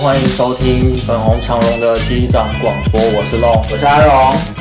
欢迎收听粉红长龙的机长广播，我是龙，我是阿荣。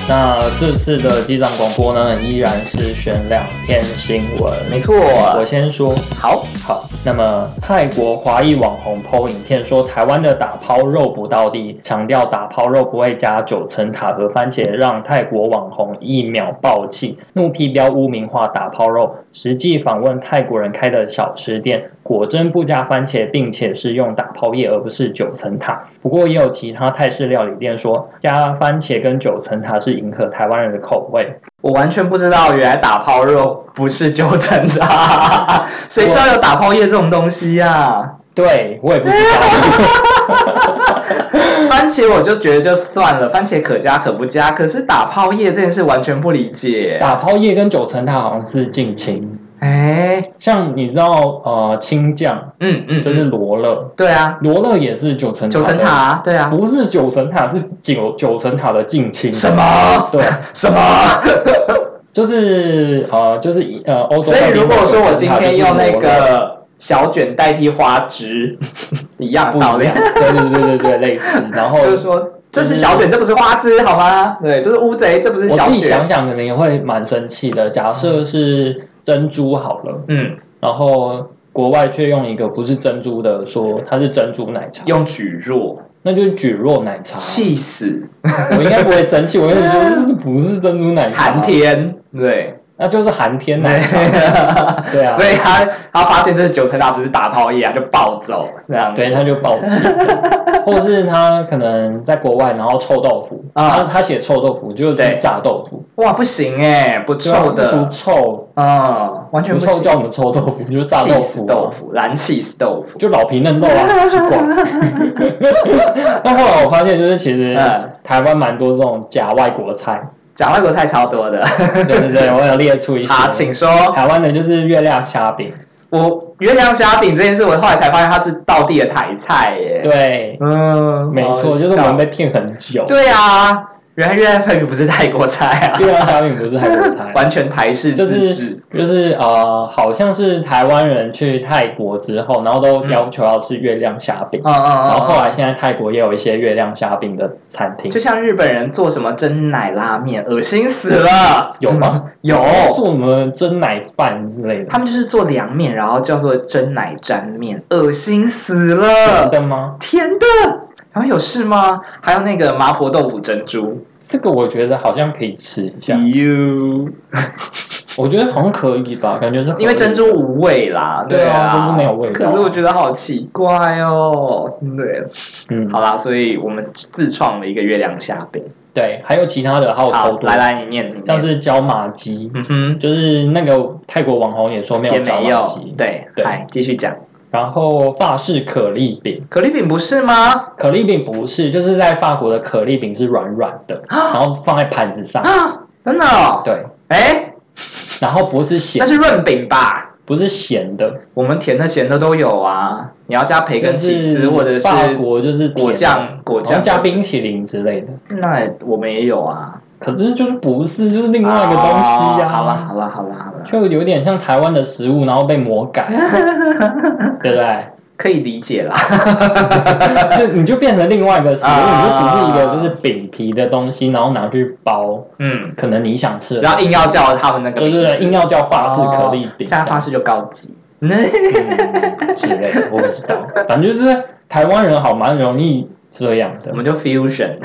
那这次的机长广播呢，依然是选两篇新闻。没错，我先说，好，好，那么泰国华裔网红 PO 影片说，台湾的打抛肉不到地，强调打抛肉不会加九层塔和番茄，让泰国网红一秒爆气，怒批标污名化打抛肉。实际访问泰国人开的小吃店，果真不加番茄，并且是用打抛叶而不是九层塔。不过也有其他泰式料理店说，加番茄跟九层塔是迎合台湾人的口味。我完全不知道原来打泡肉不是九层 塔，谁知道有打泡叶这种东西呀、啊？对我也不知道。番茄我就觉得就算了，番茄可加可不加，可是打泡叶这件事完全不理解。打抛叶跟九层塔好像是近亲，哎，像你知道呃青酱嗯嗯，就是罗勒，对啊，罗勒也是九层塔九的层塔、啊，对啊，不是九层塔，是九九层塔的近亲。什么对，什么？就是呃，就是呃，欧洲所那边的九层塔就是罗勒。以如果说我今天用那个小卷代替花 枝，一样不道一理样，。对对对对对，类似。 然后就是说这是小卷，这不是花枝，好吗？对，这是乌贼，这不是我小自己想卷。想，可能也会蛮生气的。假设是珍珠好了，嗯，然后国外却用一个不是珍珠的说它是珍珠奶茶，用举弱，那就是蒟蒻奶茶。气死，我应该不会生气，我会觉得这不是珍珠奶茶，啊啊寒，天，对，那就是寒天奶茶。对 对啊所以他他发现这是九层塔不是打泡液啊，就暴走这样。对，，他就暴 气，或是他可能在国外，然后臭豆腐，啊他他写臭豆腐就是指对炸豆腐，哇，不行哎，不臭对啊不的，臭，嗯，完全不不臭行。叫我们臭豆腐，就是炸豆气死腐，啊豆腐，蓝气死豆腐。就老皮嫩肉 啊，奇怪。那后来我发现，就是其实嗯台湾蛮多这种假外国菜，讲外国菜超多的，对对对，我有列出一 好，些。请说。台湾的就是月亮虾饼，我月亮虾饼这件事，我后来才发现它是道地的台菜耶。对，嗯，没错，好就是我笑们被骗很久。对啊，原来越南菜不是泰国菜啊，，月亮虾饼不是泰国菜 完全台式就自是制。就是呃，好像是台湾人去泰国之后，然后都要求要吃月亮虾饼，嗯嗯嗯。然后后嗯来现在泰国也有一些月亮虾饼的餐厅就，像日本人做什么蒸奶拉面，恶心死了。有吗？有，做什么蒸奶饭之类的，他们就是做凉面，然后叫做蒸奶沾面，恶心死真了，的吗？甜的。然后有事吗？还有那个麻婆豆腐珍珠这个我觉得好像可以吃一嗯下， ，you，我觉得好像可以吧，感觉是可以因为珍珠无味啦，对啊啊，珍珠没有味道可是我觉得好奇怪哦，对，嗯好啦，所以我们自创了一个月亮虾饼。对，还有其他的还有好超，多，来来，你念，你念像是椒麻鸡，嗯哼，就是那个泰国网红也说没也有椒没麻有鸡，，对，对来继续讲。然后法式可丽饼。可丽饼不是吗？可丽饼不是，就是在法国的可丽饼是软软的，然后放在盘子上，啊，真的哦，对，哎，然后不是咸那，是润饼吧？不是咸的，我们甜的咸的都有啊，你要加培根起就是司或者是法国就是甜的果酱，果然后酱加，冰淇淋之类的，那我们也有啊。可是就是不是，就是另外一个东西啊呀、哦好了，好了好了好了，就有点像台湾的食物，然后被魔改，对不对？可以理解啦。 就你就变成另外一个食物，你就只是一个啊就是饼皮的东西，然后拿去包，嗯，可能你想吃的，然后硬要叫他们那个对名字，对对，硬要叫法式可丽饼，哦加法式就高级。嗯之类的，我不知道。反正就是台湾人好蛮容易这样的嗯 我。们就 fusion，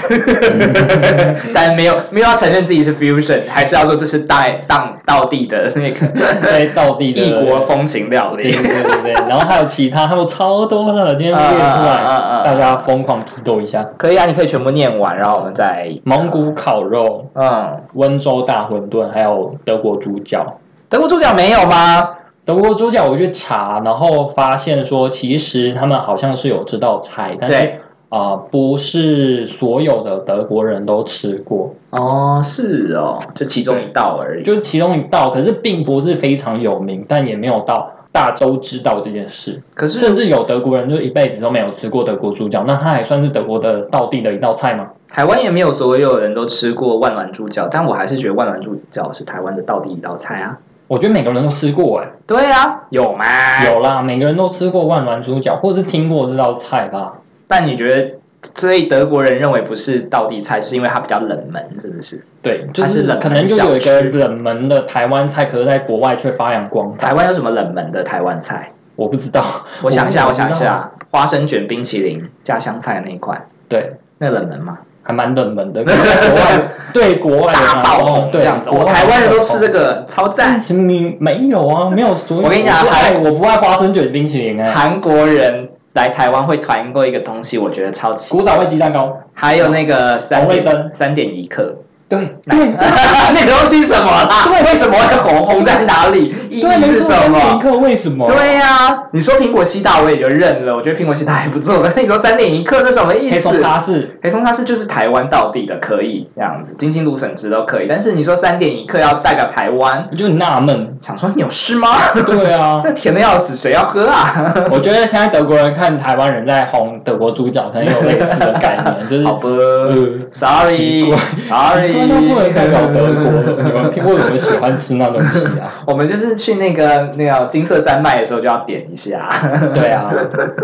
但没有没有要承认自己是 fusion，还是要说这是带当道地的 那个在道地的异国风情料对理。对对对对，然后还有其他，他们超多的，今天列出来，嗯嗯嗯嗯嗯大家疯狂批斗一下。可以啊，你可以全部念完，然后我们再蒙。古烤肉、嗯，温州大馄饨，还有德国猪脚。德国猪脚没有吗？德国猪脚我去查，然后发现说，其实他们好像是有这道菜，但是对啊、呃不是所有的德国人都吃过，哦，是哦，就其中一道而已。就是其中一道，可是并不是非常有名，但也没有到大家都知道这件事。可甚是至有德国人就一辈子都没有吃过德国猪脚，那它还算是德国的道地的一道菜吗？台湾也没有所有人都吃过万峦猪脚，但我还是觉得万峦猪脚是台湾的道地一道菜啊。我觉得每个人都吃过哎、对啊，有吗？有啦，每个人都吃过万峦猪脚，或是听过这道菜吧。但你觉得，所以德国人认为不是道地菜，就是因为它比较冷门，是不是？对，就还是是冷门可能就小有一吃个冷门的台湾菜，可是在国外却发扬光大。台湾有什么冷门的台湾菜？我不知道，我想一下，我不知道想一，下，花生卷冰淇淋加香菜那一款，对，那冷门吗？还蛮冷门的。可是在国外 对国外人大哦来爆说红这对样子，国我外台湾人都爆吃红这个，超赞冰。淇淋没有啊，没有所有。我跟你讲不爱韩我不爱花生卷冰淇淋哎、韩国人来台湾会团购一个东西，我觉得超奇古，早味鸡蛋糕。还有那个三红味点增三点一 克，对奶茶那个东西是什么啦？对为什么会红？红在哪里？意对，义没是错什，林么？克为什么？对啊呀、你说苹果西打我也就认了，我觉得苹果西打还不错。可是你说三点一克，这什么意思？黑松沙士，黑松沙是就是台湾到地的，可以这样子，金青芦笋汁都可以。但是你说三点一克要代表台湾，。我就很纳闷想说你有事吗？对 啊，那甜的要死，谁要喝啊？我觉得现在德国人看台湾人在红德国猪脚，可能有类似的概 念，就是好吧。Sorry，Sorry，嗯奇怪奇怪那不能代表德国的，你们为什么喜欢吃那东西啊？我们就是去那个那个金色山脉的时候就要点一下。对啊，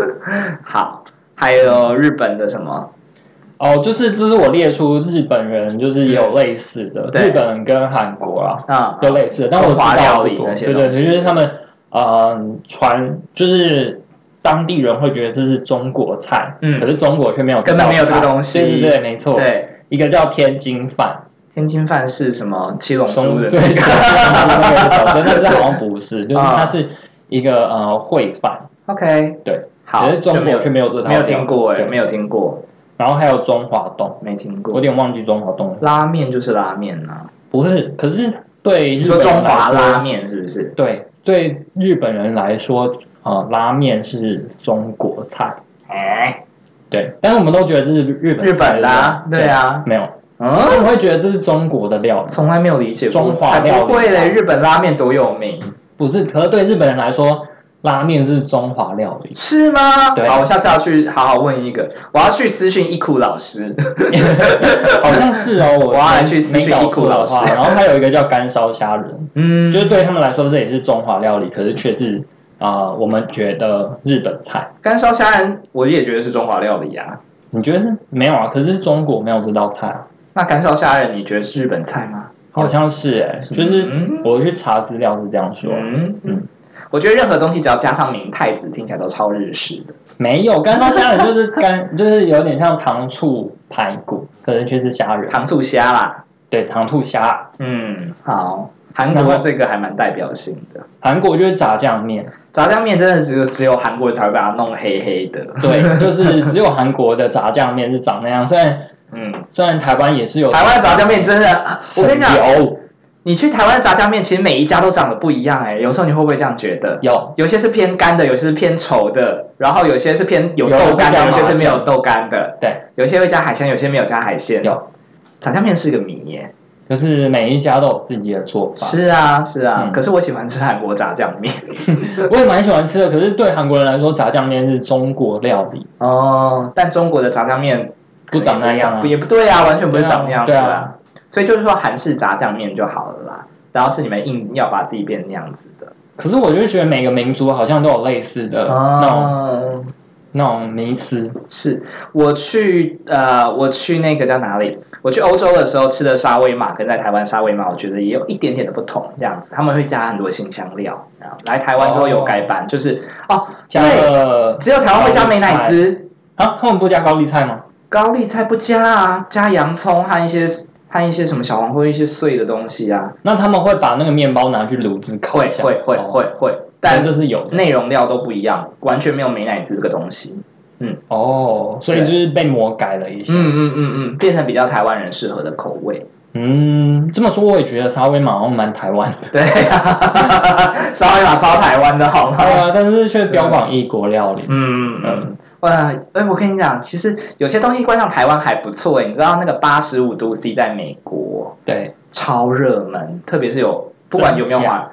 好，还有日本的什么？哦，就是这是我列出日本人，就是有类似的，嗯对日本跟韩国啦，啊、有类似的，但我中知华料道理不多那些对对，东西就是他们呃传就是。当地人会觉得这是中国菜，嗯可是中国却没有根本没有这个道菜东西对对对，没错，对，一个叫天津饭，天津饭是什么？七龙珠哦的对，那对对个。 但是好像不是，就是啊它是一个呃烩饭， OK，对，好，可是中就国没有却没有这套，没有听过哎、对没有听过，然后还有中华冻，没听我有过。点忘记中华冻了，拉面就是拉面啊，不是，可是对你日说本中人华来说拉，面是不是？对对日本人来说，呃，拉面是中国菜，哎，对，但是我们都觉得日日本日本的啊啦，对啊没有，嗯，我们会觉得这是中国的料理，从来没有理解过，中华才料不理会嘞！日本拉面多有名，不是，可是对日本人来说，拉面是中华料 理。是吗？对好，我下次要去好好问一个，我要去私讯一库老师。好像是哦，我我要来去私没讯搞一库错老的师话，然后还有一个叫干烧虾仁，嗯，就是对他们来说这也是中华料理，可是却是啊、呃我们觉得日本菜。干烧虾仁，我也觉得是中华料理啊。你觉得是没有啊？可是中国没有这道菜啊，那干烧虾仁，你觉得是日本菜吗？好像是哎、就是我去查资料是这样说，欸嗯嗯嗯，我觉得任何东西只要加上明太子，听起来都超日式的。没有干烧虾仁就是干，就是有点像糖醋排骨，可是却是虾仁，糖醋虾啦，对，糖醋虾。嗯，好，韩国这个还蛮代表性的。韩国就是炸酱面，炸酱面真的只有只有韩国人才会把它弄黑黑的。对，就是只有韩国的炸酱面是长那样。虽然嗯，虽然台湾也是有台湾的炸酱面真的，我跟你讲，很油你去台湾的炸酱面，其实每一家都长得不一样哎、有时候你会不会这样觉得？有有些是偏干的，有些是偏稠的，然后有些是偏有有的豆干的，有会加麻些是没有酱豆干的，对，有些会加海鲜，有些没有加海鲜。有，炸酱面是个谜耶。就是每一家都有自己的做法。是啊，是啊，嗯可是我喜欢吃韩国炸酱面。我也蛮喜欢吃的，可是对韩国人来说，炸酱面是中国料理，哦，但中国的炸酱面不长那样啊也不对啊，完全不是对啊长那样子对啊啊。所以就是说韩式炸酱面就好了啦，然后是你们硬要把自己变那样子的。可是我就觉得每个民族好像都有类似的那种、哦，那种名词。是我去呃，我去那个叫哪里？我去欧洲的时候吃的沙威玛，跟在台湾沙威玛，我觉得也有一点点的不同，这样子他们会加很多新香料。这样来台湾之后有改版，就是哦，加对，了只有台湾会加美乃滋，啊，他们不加高丽菜吗？高丽菜不加啊，加洋葱和一些和一些什么小黄瓜一些碎的东西啊，那他们会把那个面包拿去炉子烤会一下，会会哦，会会，但但这是有的内容料都不一样，完全没有美乃滋这个东西。哦，所以就是被魔改了一嗯下。嗯嗯嗯，变成比较台湾人适合的口味。嗯这么说我也觉得沙威玛好像蛮台湾 的，对，稍微把超台湾的好吗？对啊，但是却标榜异国料理。嗯嗯嗯嗯。哇，哎、我跟你讲，其实有些东西关上台湾还不错哎、你知道那个八十五度 C 在美国对，超热门，特别是有不管有没有真华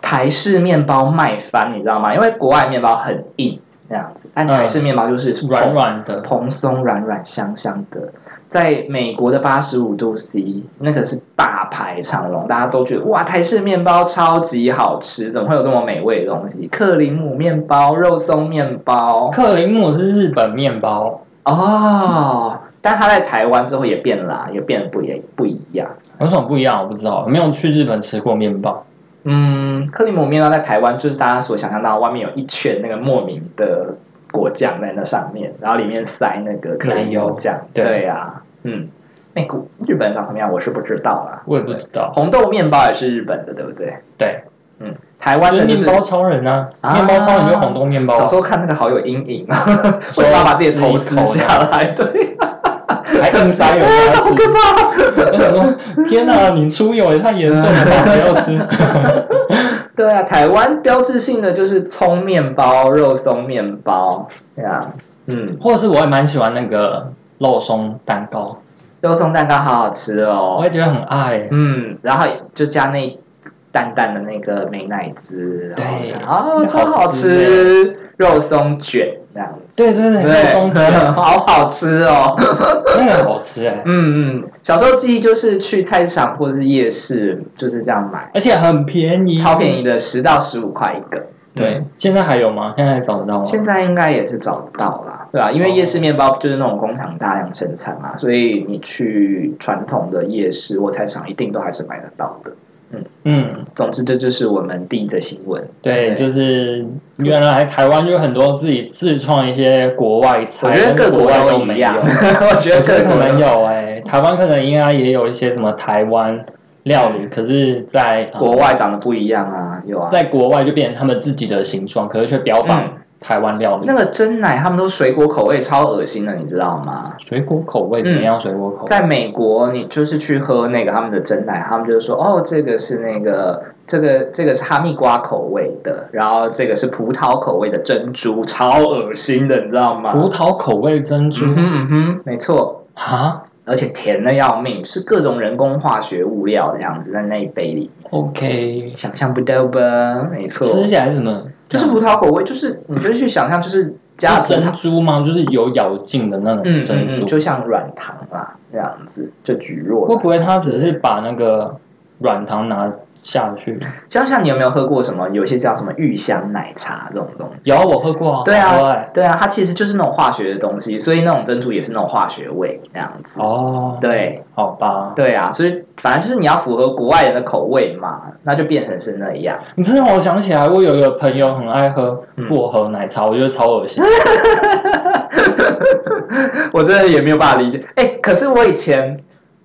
台式面包卖翻，你知道吗？因为国外面包很硬这样子，但台式面包就是蓬软软的， 蓬松、软软、香香的。在美国的八十五度 C，那个是大排长龙，大家都觉得哇，台式面包超级好吃，怎么会有这么美味的东西？克林姆面包、肉松面包，克林姆是日本面包，哦，但他在台湾之后也变啦，也变得不一不一样。有什么不一样？我不知道，没有去日本吃过面包。嗯，克里姆面包在台湾就是大家所想象到，外面有一圈那个莫名的果酱在那上面，然后里面塞那个克里姆酱。奶油对对呀、嗯，那个日本长什么样我是不知道啦。我也不知道。红豆面包也是日本的，对不对？对，嗯，台他湾是的就面是包超人啊，啊面包超人就是红豆面包小啊，时候看那个好有阴影啊，我想要把自己的头撕下来，对，啊 还硬塞有哎牙齿。我想说，天哪、你出油也太严重了吧！不要吃。 对啊，台湾标志性的就是葱面包、肉松面包，对啊，嗯，或者是我也蛮喜欢那个肉松蛋糕，肉松蛋糕好好吃我哦也，觉得很爱、嗯，然后就加那淡淡的那个美乃滋，然后对这样哦，很好吃超好吃，肉松卷这样子，对对对，肉松 卷好好吃哦。那个好吃哎、嗯嗯，小时候记忆就是去菜市场或者是夜市，就是这样买，而且很便宜，超便宜。宜的，十到十五块一个。嗯对，现在还有吗？现在还找得到吗？现在应该也是找得到啦，对吧、啊哦因为夜市面包就是那种工厂大量生产嘛，所以你去传统的夜市或菜市场一定都还是买得到的。嗯，总之，这就是我们第一则新闻。对，对就是原来台湾就很多自己自创一些国外菜，我觉得但是各国国外都都没一有样，。我觉我得觉得各可国能都有哎、台湾可能应该也有一些什么台湾料理，可是在，呃国外长得不一样啊，有啊。在国外就变成他们自己的形状，可是却标榜台湾料理。嗯那个真奶他们都水果口味，超恶心的，你知道吗？水果口味怎么样？水果口味嗯在美国，你就是去喝那个他们的真奶，他们就是说，哦，这个是那个，这个这个是哈密瓜口味的，然后这个是葡萄口味的珍珠，超恶心的，你知道吗？葡萄口味珍珠嗯哼嗯哼，没错，啊而且甜的要命，是各种人工化学物料这样子在那一杯里， ，OK，想象不到吧？没错，吃起来是什么？就是葡萄口味，就是嗯你就去想象，就是加加了珍葡萄，珠吗？就是有咬劲的那种嗯嗯珍嗯，珠就。像软糖啦，这样子就举弱会了。不会他只是把那个软糖拿下 去？就像你有没有喝过什么？有一些叫什么玉香奶茶这种东西。有我喝过啊，对啊好喝欸对啊，它其实就是那种化学的东西，所以那种珍珠也是那种化学味这样子。哦，对好吧，对啊，所以反正就是你要符合国外人的口味嘛，那就变成是那样。你真的让我想起来，我有一个朋友很爱喝嗯薄荷奶茶，我觉得超恶心。 我真的也没有办法理解。哎、可是我以前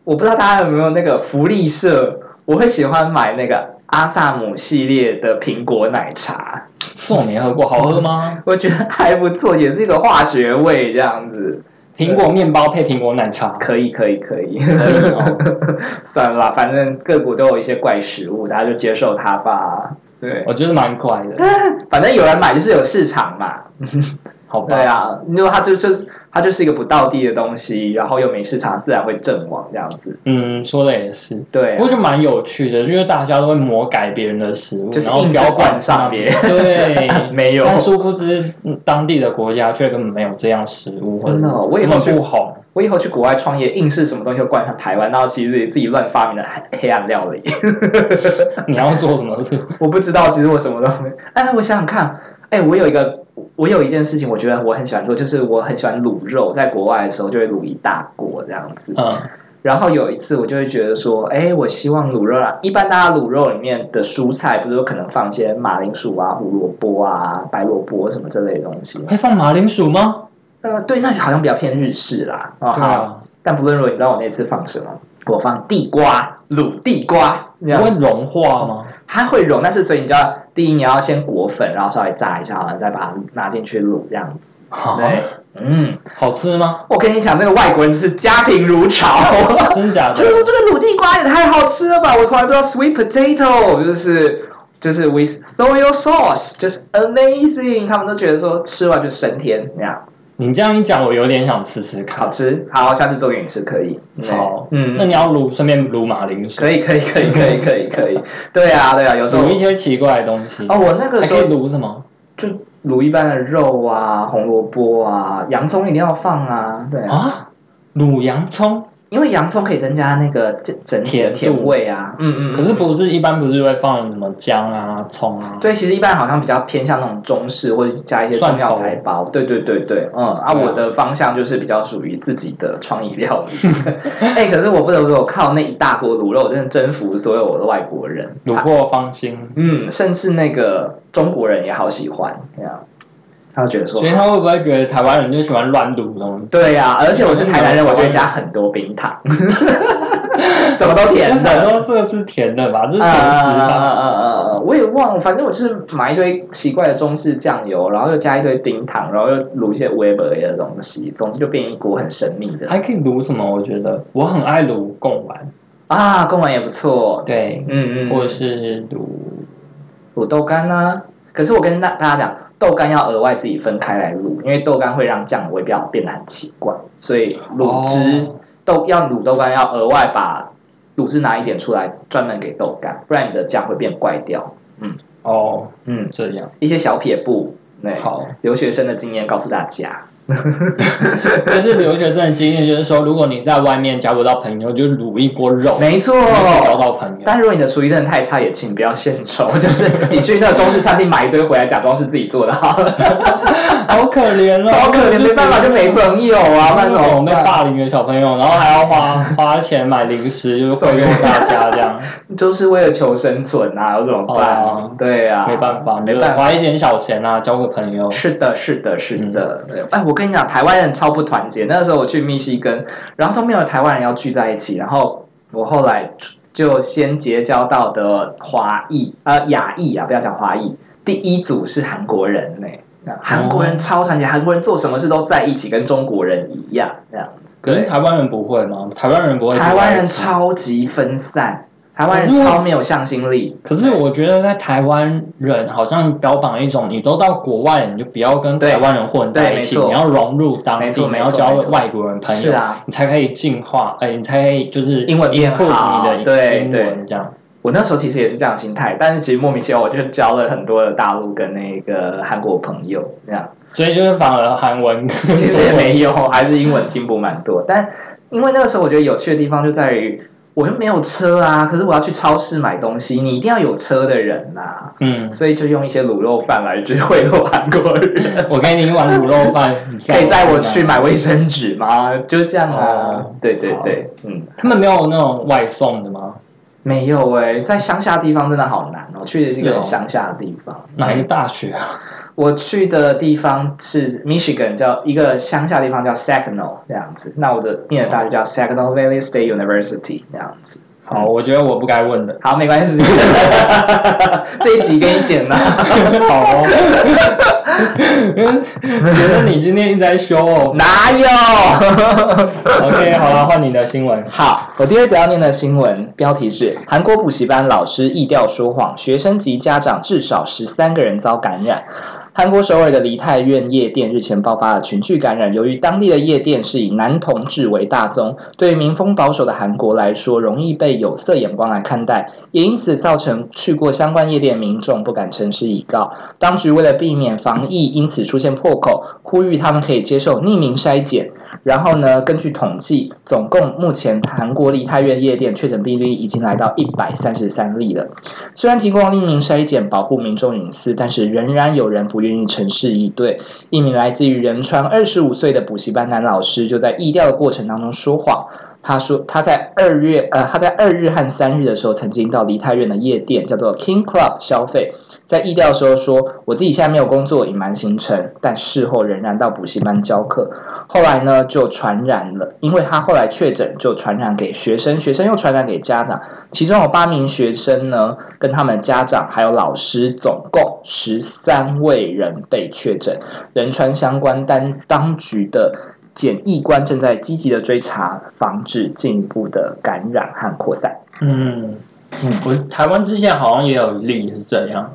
我不知道大家有没有那个福利社，我会喜欢买那个阿萨姆系列的苹果奶茶，这我没喝过，好喝吗？我觉得还不错，也是一个化学味这样子。苹果面包配苹果奶茶，可以，可以，可以。可以哦。 算了吧，反正各国都有一些怪食物，大家就接受它吧。对，我觉得蛮怪的，反正有人买就是有市场嘛。好对吧？啊，你说它就是它就是一个不道地的东西，然后又没市场，自然会阵亡这样子。嗯，说的也是。对不过啊、就蛮有趣的，就是大家都会魔改别人的食物，就是然后硬是标榜冠上别人，对 没有但殊不知，嗯当地的国家却根本没有这样食物，真的哦或我者以是后去根本不好。我以后去国外创业，硬是什么东西都冠上台湾，然后其实自己自己乱发明的黑黑暗料理。 你要做什么事？我不知道，其实我什么都没。哎，我想想看，哎，我有一个，我有一件事情，我觉得我很喜欢做，就是我很喜欢卤肉，在国外的时候就会卤一大锅这样子。嗯， 然后有一次我就会觉得说，哎，我希望卤肉啊，一般大家卤肉里面的蔬菜不是有可能放一些马铃薯啊、胡萝卜啊、白萝卜什么这类的东西？会放马铃薯吗？呃，对，那好像比较偏日式啦。啊、对好，啊，但不论如何，你知道我那次放什么？我放地瓜，卤地瓜，你知不道会融化吗？它会融，但是所以你就要第一你要先裹粉，然后稍微炸一下，然后再把它拿进去卤这样子。好，对，嗯，好吃吗？我跟你讲，那个外国人就是家贫如潮。 真的假他就说的？这个卤地瓜也太好吃了吧！我从来不知道 sweet potato 就是就是 with soy sauce 就是 amazing，他们都觉得说吃完就升天那样，你这样一讲，我有点想吃吃好看。吃。好，下次做给你吃可以。好嗯，那你要卤，顺便卤马铃薯可，以可以可以可以可以可以，对啊对啊，有时候卤一些奇怪的东西。哦，我那个还时可候以卤什么？就卤一般的肉啊、红萝卜啊、洋葱一定要放啊，对啊，啊，卤洋葱，因为洋葱可以增加那个整整体的甜度甜味啊。嗯嗯。可是嗯不是一般不是会放什么姜啊、葱啊？对，其实一般好像比较偏向那种中式，或者加一些中药材嗯包。对对对对，嗯，啊，对啊我的方向就是比较属于自己的创意料 理。哎、可是我不得不说，我靠那一大锅卤肉，真的征服所有的外国人。虏获芳心。嗯，甚至那个中国人也好喜欢这样，他觉得说所以，他会不会觉得台湾人就喜欢乱卤东西？对呀、而且我是台南人，我就会加很多冰糖， 什么都我甜想的。说这个是甜的吧，这是啊甜食啊啊吧？啊啊！我也忘了，反正我就是买一堆奇怪的中式酱油，然后又加一堆冰糖，然后又卤一些微波的东西，总之就变一锅很神秘的还可以卤什么？我觉得我很爱卤贡丸，啊，贡丸也不错。对，嗯嗯，或者是卤卤豆干呢、可是我跟大大家讲，豆干要额外自己分开来卤，因为豆干会让酱的味道变得很奇怪，所以卤汁、哦豆要卤豆干要额外把卤汁拿一点出来，专门给豆干，不然你的酱会变怪掉。哦，嗯，这样一些小撇步，对，好。留学生的经验告诉大家。就是留学生的经验，就是说，如果你在外面交不到朋友，就卤一锅肉，没错。你就可以交到朋友。但如果你的厨艺真的太差，也请不要献丑， 就是你去那个中式餐厅买一堆回来，假装是自己做的好了，好可怜哦，超可怜，没办法就没朋友啊，那那种种被霸凌的小朋友，然后还要花 花钱买零食，就是贿赂大家这 样，就是为了求生存啊，有怎么办？哦对啊，没办法，没就是办法。花一点小钱啊，交个朋友。是的，是的，是嗯的。对哎，我跟你讲，台湾人超不团结。那时候我去密西根，然后都没有台湾人要聚在一起。然后我后来就先结交到的华裔，呃，亚裔啊，不要讲华裔，第一组是韩国人呢、韩国人超团结，韩国人做什么事都在一起，跟中国人一样这样。可是台湾人不会吗？台湾人不会。台湾人。超级分散，台湾人可是我超没有向心力。可是我觉得在台湾人好像标榜一种，你都到国外了，你就不要跟对台湾人混在一起，对没错你要融入当没地，错你没要错交没错外国人朋友是，啊，你才可以进化，哎、你才可以就是英文变好 input 你的对英对文这样。我那时候其实也是这样的心态，但是其实莫名其妙我就交了很多的大陆跟那个韩国朋友，这 样所以就是反而韩文其实也没有，还是英文进步蛮多。但因为那个时候我觉得有趣的地方就在于，我又没有车啊，可是我要去超市买东西，你一定要有车的人呐、 嗯，所以就用一些卤肉饭来去贿赂韩国 人。我给你一碗卤肉 饭，你可以载我去吗？买卫生纸吗？就是这样啊哦，对对对，嗯，他们没有那种外送的吗？没有哎、在乡下地方真的好难哦，去的是一个是哦很乡下的地方，哪一个大学啊？我去的地方是 Michigan，叫一个乡下地方叫 Saginaw 这样子。那我的念的大哦学叫 Saginaw Valley State University 这样子。。好，我觉得我不该问的好，没 关系，这一集给你剪了。好哦，觉得你今天一直在修哦。 哪有？ OK，好了，换你的新闻。好，我第二则要念的新闻标题是：韩国补习班老师意调说谎，学生及家长至少十三个人遭感染。韩国首尔的梨泰院夜店日前爆发了群聚感染，由于当地的夜店是以男同志为大宗，对于民风保守的韩国来说，容易被有色眼光来看待，也因此造成去过相关夜店民众不敢诚实以告。当局为了避免防疫因此出现破口，呼吁他们可以接受匿名筛检。然后呢，根据统计，总共目前韩国梨泰院夜店确诊病例已经来到一百三十三例了。虽然提供匿名筛检保护民众隐私，但是仍然有人不愿意诚实以对。一名来自于仁川二十五岁的补习班男老师就在议调的过程当中说谎。他说他在二月呃他在二日和三日的时候曾经到梨泰院的夜店叫做 King Club 消费，在议调的时候说我自己现在没有工作，隐瞒行程，但事后仍然到补习班教课。后来呢就传染了，因为他后来确诊就传染给学生，学生又传染给家长，其中有八名学生呢跟他们家长还有老师，总共十三位人被确诊。仁川相关当当局的检疫官正在积极的追查，防止进一步的感染和扩散。嗯，嗯我台湾之前好像也有例是这样，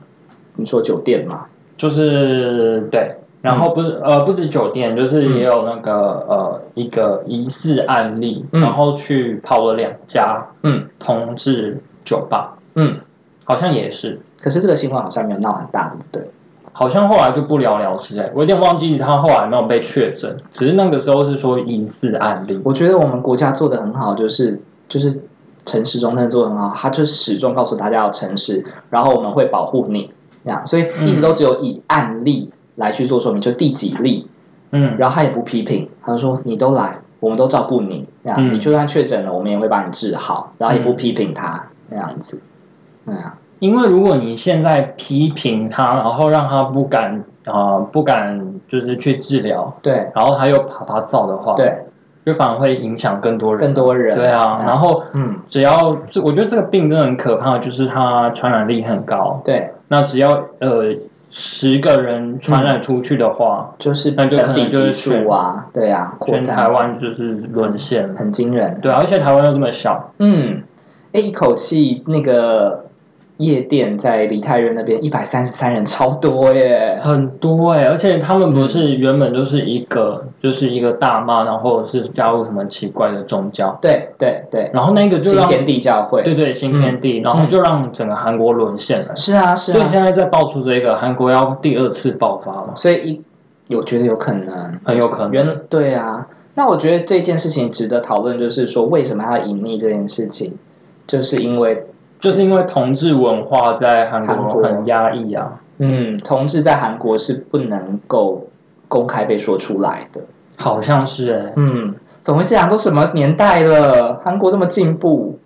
你说酒店吗？就是对，然嗯后不是、呃不止酒店，就是也有那个、呃一个疑似案例，嗯然后去跑了两家嗯同志酒吧，嗯，好像也是。可是这个新闻好像没有闹很大，对不对？好像后来就不了了之哎、我有点忘记他后来有没有被确诊，只是那个时候是说疑似案例。我觉得我们国家做的很好，就是就是陈时中真的做的很好，他就始终告诉大家要诚实，然后我们会保护你这样，所以嗯一直都只有以案例来去做说明，就第几例，嗯，然后他也不批评，他就说你都来，我们都照顾你这样，嗯你就算确诊了，我们也会把你治好，然后也不批评他那样子，对啊，因为如果你现在批评他，然后让他不敢啊、呃不敢就是去治疗，对然后他又爬爬照的话，，对，就反而会影响更多人。更多人对啊，然后嗯只要这，我觉得这个病真的很可怕，就是它传染力很高。对，那只要呃十个人传染出去的话，就是那就可等能比就是级数啊，对啊，嗯扩全散嗯台湾就是沦陷了。很惊人，对啊，而且台湾又这么小，嗯，哎，一口气那个夜店在梨泰院那边一百三十三人，超多耶！很多哎、而且他们不是原本就是一个、就是一个大妈，然后是加入什么奇怪的宗教，对对对，然后那个就新让天地教会，对对新天地，然后就让整个韩国沦陷了。是啊是所以啊，现在在爆出这个韩国要第二次爆发了，所以一有觉得有可能，呃很有可能。原对啊。那我觉得这件事情值得讨论，就是说为什么要隐匿这件事情，就是因为就是因为同志文化在韩韩国国很压抑啊，嗯，同志在韩国是不能够公开被说出来的。好像是哎、嗯，怎么会这样？都什么年代了，韩国这么进步，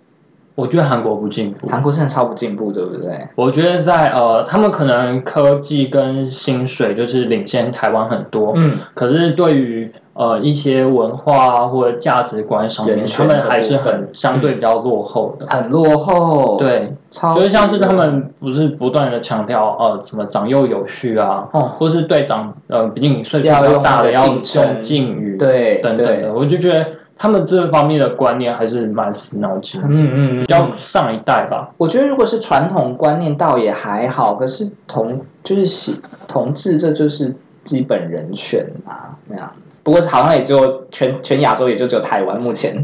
我觉得韩国不进步，韩国真的超不进步，对不对？我觉得在呃，他们可能科技跟薪水就是领先台湾很多，嗯，可是对于呃一些文化或者价值观上面，他人权的们还是部很分嗯相对比较落后的。很落后，，对，超就是像级是他落后们不是不断的强调呃什么长幼有序啊，哦，或是对长呃比你岁数要比较用大那的个要敬称用敬语，对等等对的，，我就觉得他们这方面的观念还是蛮死脑筋的，嗯嗯比较上一代吧。我觉得如果是传统观念倒也还好，可是同就是喜同志，这就是基本人权啊，那样。不过好像也只有全全亚洲，也就只有台湾目前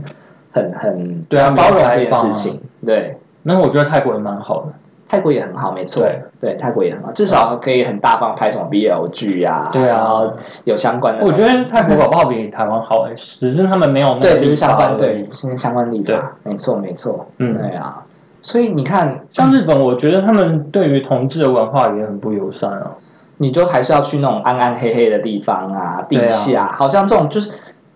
很很对啊比较包容没有这开件放啊事情，对。那我觉得泰国也蛮好的，泰国也很好，没错，对泰国也很好，至少可以很大方拍什么 BL 剧呀、对啊然后有相关的，我觉得泰国搞不好比台湾好、欸，只是他们没有那个对，只是相立关法而对已，现在相关立对法，没错没错，嗯对啊，所以你看，像日本，我觉得他们对于同志的文化也很不友善啊。你就还是要去那种暗暗黑黑的地方啊，对啊地下，好像这种就是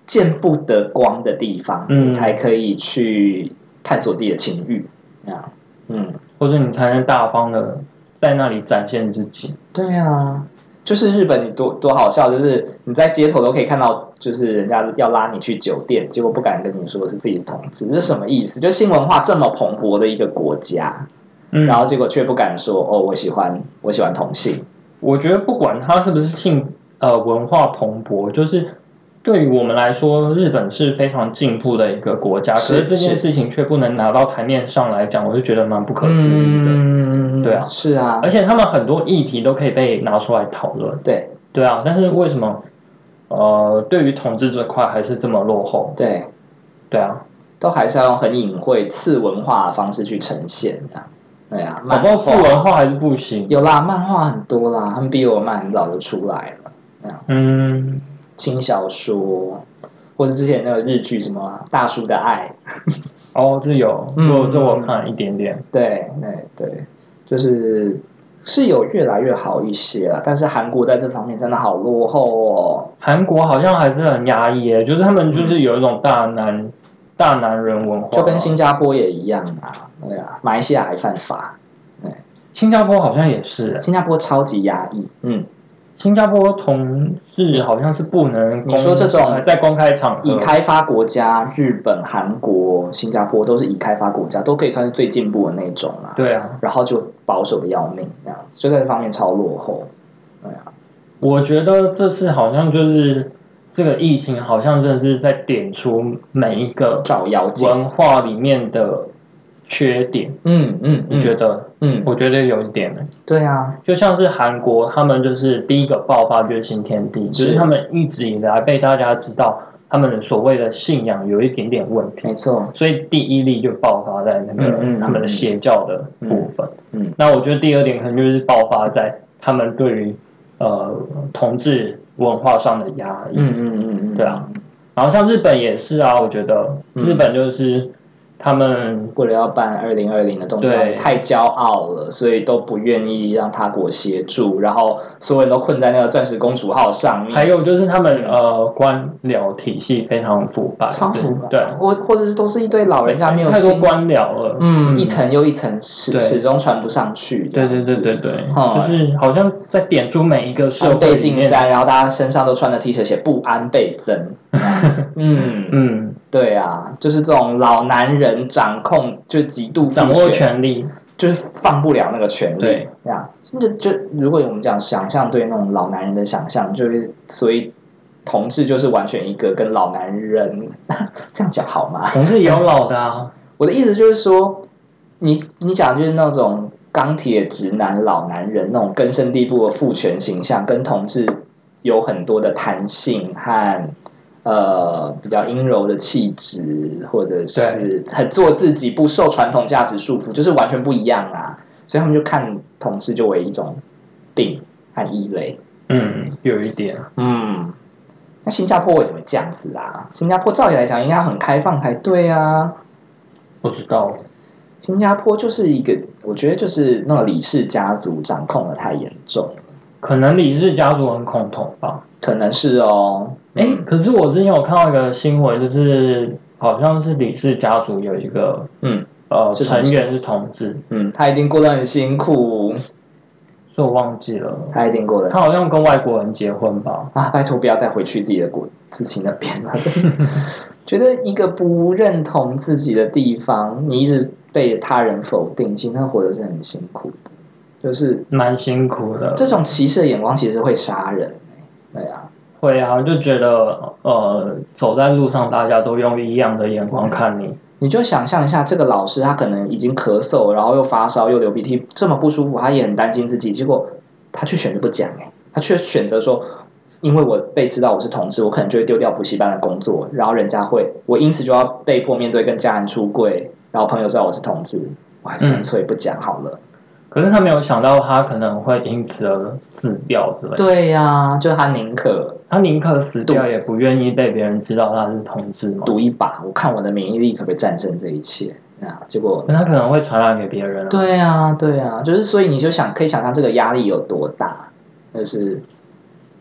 见不得光的地方，嗯你才可以去探索自己的情欲，这样，嗯，或者你才能大方的在那里展现自己。对啊。就是日本，你多多好笑，就是你在街头都可以看到，就是人家要拉你去酒店，结果不敢跟你说是自己同志，这是什么意思？就性文化这么蓬勃的一个国家，嗯，然后结果却不敢说哦，我喜欢我喜欢同性，我觉得不管它是不是性呃文化蓬勃，就是对于我们来说，日本是非常进步的一个国家，是可是这件是事情却不能拿到台面上来讲，我就觉得蛮不可思议的。嗯，对啊是啊而，且他们很多议题都可以被拿出来讨论，对对啊，但是为什么呃对于统治这块还是这么落后？对，对啊，都还是要用很隐晦次文化的方式去呈现啊，对啊，搞漫不好是画文化还是不行。有啦，漫画很多啦，他们比我漫很早就出来了，嗯，轻小说。或是之前那个日剧什么《大叔的爱》，哦，这有，嗯这我这我看了一点点。对，对对，就是是有越来越好一些了，但是韩国在这方面真的好落后哦。韩国好像还是很压抑耶，就是他们就是有一种大男、大男人文化，嗯就跟新加坡也一样啊，对啊，马来西亚还犯法，新加坡好像也是耶，新加坡超级压抑，嗯，新加坡同志好像是不能公你说这种在公开场合已呃开发国家，日本、韩国、新加坡都是已开发国家，都可以算是最进步的那种啦、对啊，然后就保守的要命，这样子，就在这方面超落后。我觉得这次好像就是这个疫情，好像真的是在点出每一个照妖镜，文化里面的缺点。嗯嗯，你觉得？得？嗯，我觉得有一点耶，对啊，就像是韩国，他们就是第一个爆发就是新天地，是就是他们一直以来被大家知道，他们的所谓的信仰有一点点问题，没错，所以第一例就爆发在那个嗯嗯嗯他们的邪教的部分。嗯嗯那我觉得第二点可能就是爆发在他们对于呃同志文化上的压抑。嗯嗯嗯嗯，对啊，然后像日本也是啊，我觉得嗯日本就是他们为了要办二零二零的东京奥运，对太骄傲了，所以都不愿意让他国协助，然后所有人都困在那个钻石公主号上面，还有就是他们呃官僚体系非常腐败，超腐败对，或或者是都是一堆老人家没有太多心，官僚了，嗯，一层又一层，始对始终传不上去，对对对。对对，哦就是好像在点出每一个社安会倍里晋面，三，然后大家身上都穿的 T 恤写“不安倍 增”，嗯，嗯，对啊，就是这种老男人掌控，就极度掌父握权权力，就是放不了那个权利对，这样甚至就如果我们讲想象对那种老男人的想象，就是所以同志就是完全一个跟老男人 这样讲好吗？同事也有老的 啊，我的意思就是说，你你讲的就是那种钢铁直男老男人那种根深蒂固的父权形象，跟同志有很多的弹性和。呃，比较阴柔的气质，或者是很做自己，不受传统价值束缚，就是完全不一样啊。所以他们就看同事就为一种病和异类。嗯，有一点，嗯，那新加坡为什么这样子啊？新加坡照理来讲应该很开放才对啊。不知道，新加坡就是一个，我觉得就是那个李氏家族掌控的太严重了，可能李氏家族很恐同吧。可能是哦。哎、嗯可是我之前有看到一个新闻，就是好像是李氏家族有一个嗯呃是同成志员是同志，嗯，他一定过得很辛苦，所以我忘记了，他一定过得很他好像跟外国人结婚吧？啊，拜托不要再回去自己的国自己那边了，真 的觉得一个不认同自己的地方，你一直被他人否定，其实他活得是很辛苦的。就是蛮辛苦的，这种歧视的眼光，其实会杀人、对啊，会啊，就觉得呃，走在路上大家都用异样的眼光看你，你就想象一下，这个老师他可能已经咳嗽，然后又发烧，又流鼻涕，这么不舒服，他也很担心自己，结果他却选择不讲、哎，他却选择说。因为我被知道我是同志，我可能就会丢掉补习班的工作，然后人家会，我因此就要被迫面对跟家人出柜，然后朋友知道我是同志，我还是干脆不讲好了。可是他没有想到他可能会因此而死掉之类的，对呀、就他宁可他宁可死掉也不愿意被别人知道他是同志嘛，赌一把，我看我的免疫力可不可以战胜这一切。啊，结果可他可能会传染给别人、啊。，对啊，对啊，就是所以你就想可以想象这个压力有多大，就是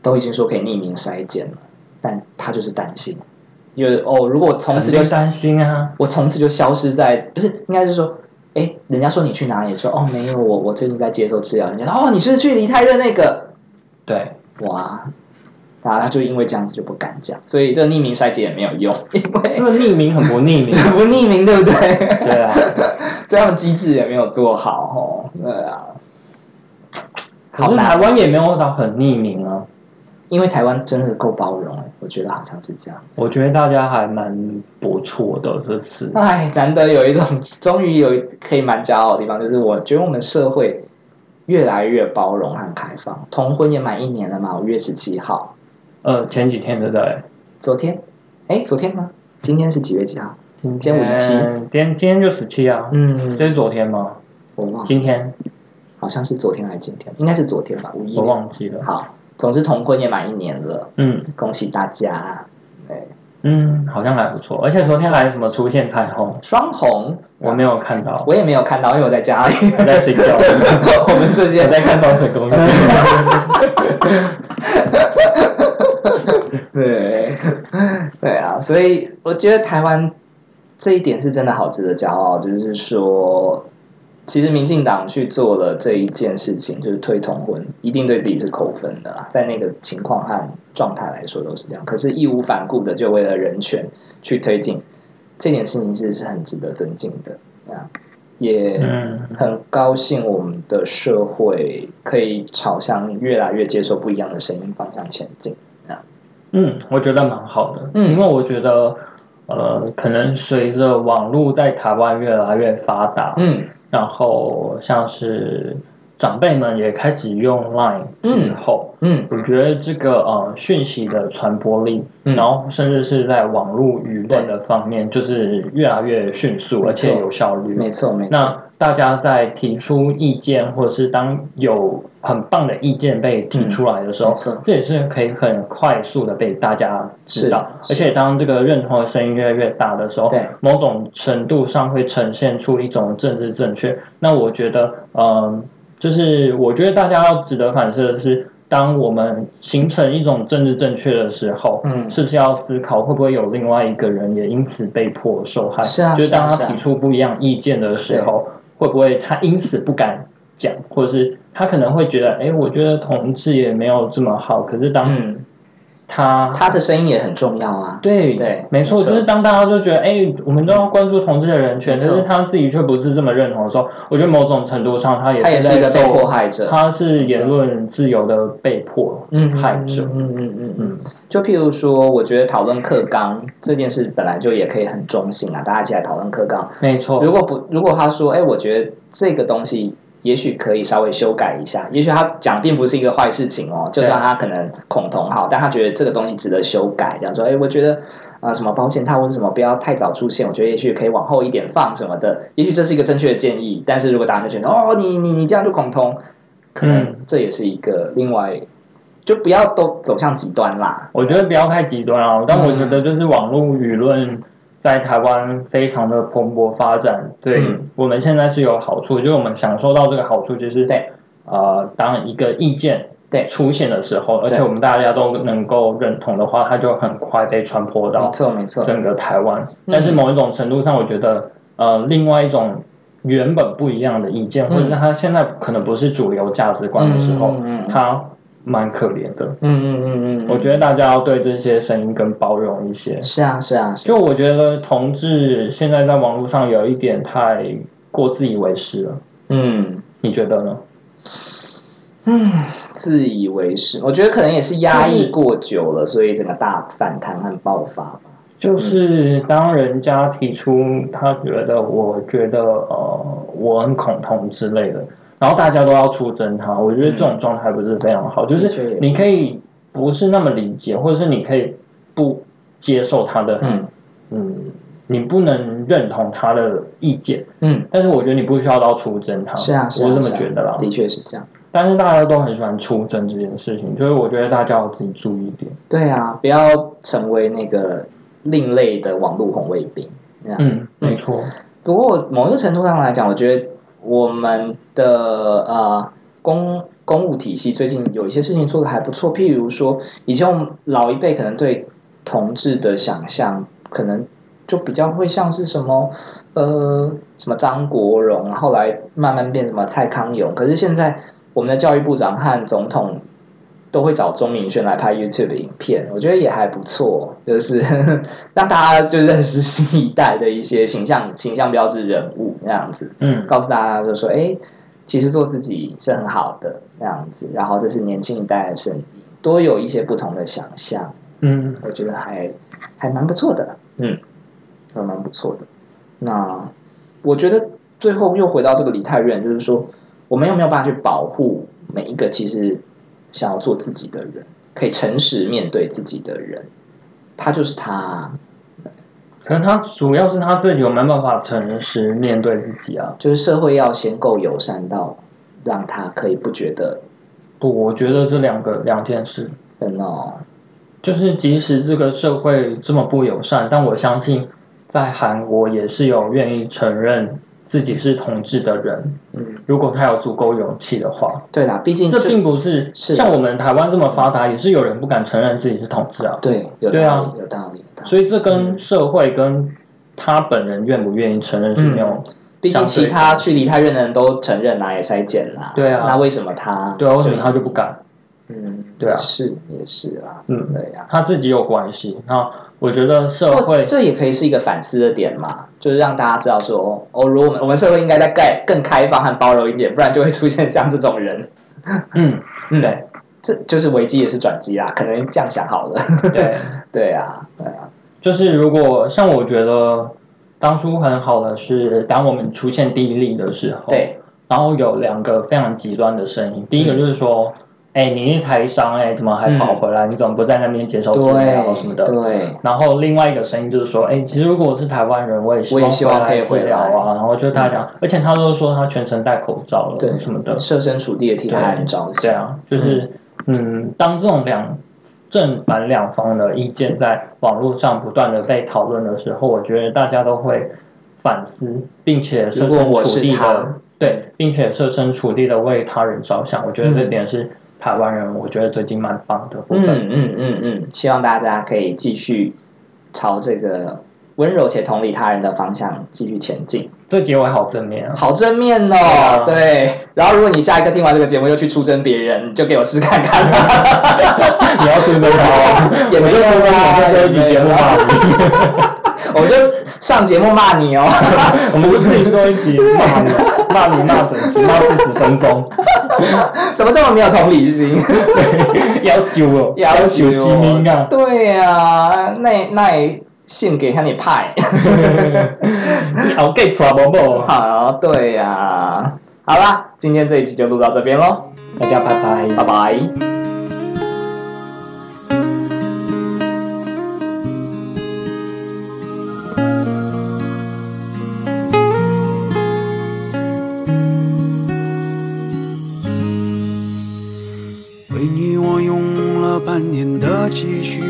都已经说可以匿名筛检了，但他就是担心，因为哦，如果我从同此时就就担心啊，我从此就消失在，不是应该是说，哎，人家说你去哪里，说哦没有，我我最近在接受治疗，人家说哦你就是去梨泰院那个，对，哇，然后他就因为这样子就不敢讲，所以这个匿名筛检也没有用，因为这个匿名很不 匿名，不匿名对不对？ 对啊，这样的机制也没有做好哦，对啊。可是台湾也没有到很匿名啊，因为台湾真的够包容哎、我觉得好像是这样子。我觉得大家还蛮不错的这次，哎，难得有一种，终于有一可以蛮骄傲的地方，就是我觉得我们社会越来越包容和开放。同婚也满一年了嘛，五月十七号，呃，前几天对不对？昨天，哎，昨天吗？今天是几月几号？今天五七嗯今天今天就十七啊，嗯这，是昨天吗？我忘了，今天好像是昨天还是今天？应该是昨天吧，五一我。忘记了，好，总之同婚也满一年了，嗯。恭喜大家！哎，嗯，好像还不错，而且昨天还什么出现彩虹，双红我没有看到，我也没有看到，因为我在家里。 我在睡觉，我们这些 我在看双水公寓。对，对啊，所以我觉得台湾这一点是真的好值得骄傲，就是说，其实民进党去做了这一件事情，就是推同婚，一定对自己是扣分的啦，在那个情况和状态来说都是这样，可是义无反顾的就为了人权去推进，这件事情是是很值得尊敬的，对啊，也。嗯，很高兴我们的社会可以朝向越来越接受不一样的声音方向前进。嗯，我觉得蛮好的，嗯因为我觉得，呃，可能随着网络在台湾越来越发达，嗯然后像是长辈们也开始用 Line 之后，嗯我觉得这个呃讯息的传播力，嗯然后甚至是在网络舆论的方面，就是越来越迅速错而且有效率。没错没错，那大家在提出意见，或者是当有很棒的意见被提出来的时候，嗯没错这也是可以很快速的被大家知道。是而且当这个认同的声音越来越大的时候对，某种程度上会呈现出一种政治正确。那我觉得，嗯、就是我觉得大家要值得反思的是，当我们形成一种政治正确的时候，嗯是不是要思考会不会有另外一个人也因此被迫受害？是啊就是当他是啊是啊提出不一样意见的时候，会不会他因此不敢讲，或者是他可能会觉得，哎，我觉得同志也没有这么好。可是当嗯，他、他的声音也很重要啊，对对没错，没错就是当大家都觉得，哎，我们都要关注同志的人权，没可错是他自己却不是这么认同的时候，我觉得某种程度上他也他也是在一个被受迫害者，他是言论自由的被迫嗯害者。嗯嗯嗯嗯。嗯，就譬如说，我觉得讨论课纲这件事本来就也可以很中性啊，大家一起来讨论课纲。没错，如果不，如果他说，哎，我觉得这个东西也许可以稍微修改一下，也许他讲并不是一个坏事情哦，就对算他可能恐同好，但他觉得这个东西值得修改，这样说，哎，我觉得啊、呃什么保险套或者什么不要太早出现，我觉得也许可以往后一点放什么的，也许这是一个正确的建议，但是如果大家觉得哦，你你你这样就恐同，可能嗯这也是一个另外，就不要都走向极端啦。我觉得不要太极端啊，但嗯我觉得就是网络舆论在台湾非常的蓬勃发展，对、嗯我们现在是有好处，就是我们享受到这个好处，就是对呃，当一个意见对出现的时候，而且对我们大家都能够认同的话，它就很快被传播没到错，没错，整个台湾。嗯但是某一种程度上，我觉得呃，另外一种原本不一样的意见，嗯或者是它现在可能不是主流价值观的时候，嗯嗯嗯它蛮可怜的。嗯嗯嗯嗯，我觉得大家要对这些声音更包容一些得。是啊，是啊，是啊就我觉得同志现在在网络上有一点太过自以为是了，嗯。你觉得呢？嗯，自以为是，我觉得可能也是压抑过久了，所以整个大反弹和爆发吧。嗯就是当人家提出他觉得我觉得呃我很恐同之类的，然后大家都要出征他，我觉得这种状态不是非常好。就嗯的确是也你可以不是那么理解，或者是你可以不接受他的，嗯嗯，你不能认同他的意见，嗯，但是我觉得你不需要到出征他，是啊，是啊，我是这是么啊觉得啦。的确是这样。但是大家都很喜欢出征这件事情，就是我觉得大家要自己注意一点。对啊，不要成为那个另类的网络红卫兵。这样嗯，没错，不过某一个程度上来讲，我觉得我们的呃公公务体系最近有一些事情做的还不错，譬如说以前我们老一辈可能对同志的想象，可能就比较会像是什么呃什么张国荣，后来慢慢变什么蔡康永，可是现在我们的教育部长和总统。都会找钟明轩来拍 YouTube 影片，我觉得也还不错，就是 让大家就认识新一代的一些形象形象标志人物那样子，嗯，告诉大家就说，哎，其实做自己是很好的那样子，然后这是年轻一代的声音，多有一些不同的想象，嗯，我觉得还还蛮不错的，嗯，还蛮不错的。那我觉得最后又回到这个梨泰院，就是说我们有没有办法去保护每一个其实想要做自己的人，可以诚实面对自己的人，他就是他，可能他主要是他自己有没有办法诚实面对自己啊？就是社会要先够友善到让他可以不觉得不，我觉得这两个两件事，很哦，就是即使这个社会这么不友善，但我相信在韩国也是有愿意承认自己是同志的人，嗯，如果他有足够勇气的话。对啦，毕竟这就并不是是像我们台湾这么发达，也是有人不敢承认自己是同志啊。对，嗯有对道啊理，有道理，有道理。所以这跟社会跟他本人愿不愿意承认是没嗯有、毕竟其相对他去梨泰院的人都承认啦，也筛检啦，对啊那为什么他？对啊，为什么他就不敢？嗯，对啊是也是啦，嗯对呀、他自己有关系。那我觉得社不过会哦这也可以是一个反思的点嘛，就是让大家知道说，哦，如果我们我们社会应该再盖更开放和包容一点，不然就会出现像这种人。嗯，嗯对这就是危机也是转机啦，可能这样想好了。 对，对啊，对啊，就是如果像我觉得当初很好的是，当我们出现第一例的时候，对，嗯然后有两个非常极端的声音，第一个就是说，哎、你是台商哎、怎么还跑回来？你怎么不在那边接受治疗对什么的？对，然后另外一个声音就是说，哎、其实如果我是台湾人，我也希我也希望可以回回来来嗯治疗啊。然后就他讲，而且他都说他全程戴口罩了，对什么的，设身处地的替他人着对想。啊，就是嗯，当这种两正反两方的意见在网络上不断的被讨论的时候，我觉得大家都会反思，并且设如身果我处是地的他对，并且设身处地的为他人着想。我觉得这嗯点是台湾人，我觉得最近蛮棒的部嗯分。嗯嗯嗯，希望大家可以继续朝这个温柔且同理他人的方向继续前进。这结尾好正面啊！好正面哦，啊对。然后如果你下一个听完这个节目又去出征别人，你就给我试看看。 你要出这招啊也没有啊我就出这招我在这一集也没有啊节目骂你，我就上节目骂你哦。 我们就自己做一集骂你，骂你骂整集，骂四十分钟。 怎么这么没有同理心？要求哦，死西明啊！对呀、那那信给他你 派。你 好 get 出来不不？好，对呀、好啦，今天这一集就录到这边喽，大家拜拜。拜拜。为你我用了半年的积蓄，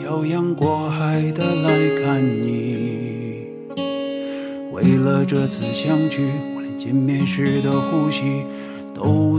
漂洋过海的来看你。为了这次相聚，我连见面时的呼吸都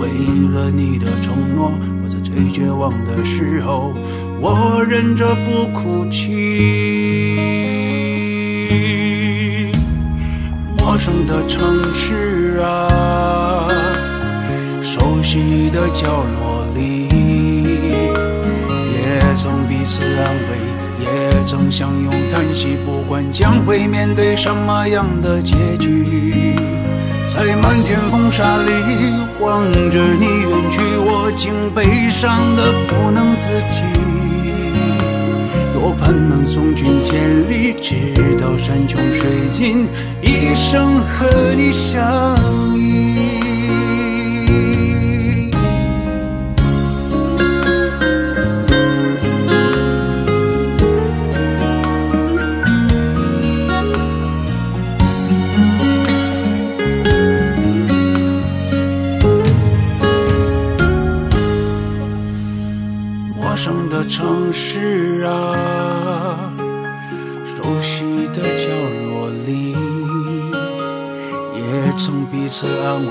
为了你的承诺，我在最绝望的时候，我忍着不哭泣。陌生的城市啊，熟悉的角落里，也曾彼此安慰，也曾相拥叹息，不管将会面对什么样的结局。在漫天风沙里望着你远去，我竟悲伤的不能自己。多盼能送君千里，直到山穷水尽，一生和你相依。陌生的城市啊，熟悉的角落里，也曾彼此安慰，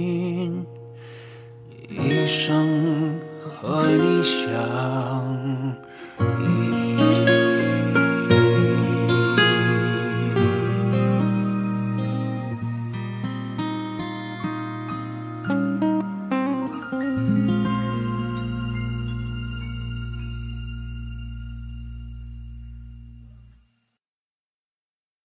一生和你相依。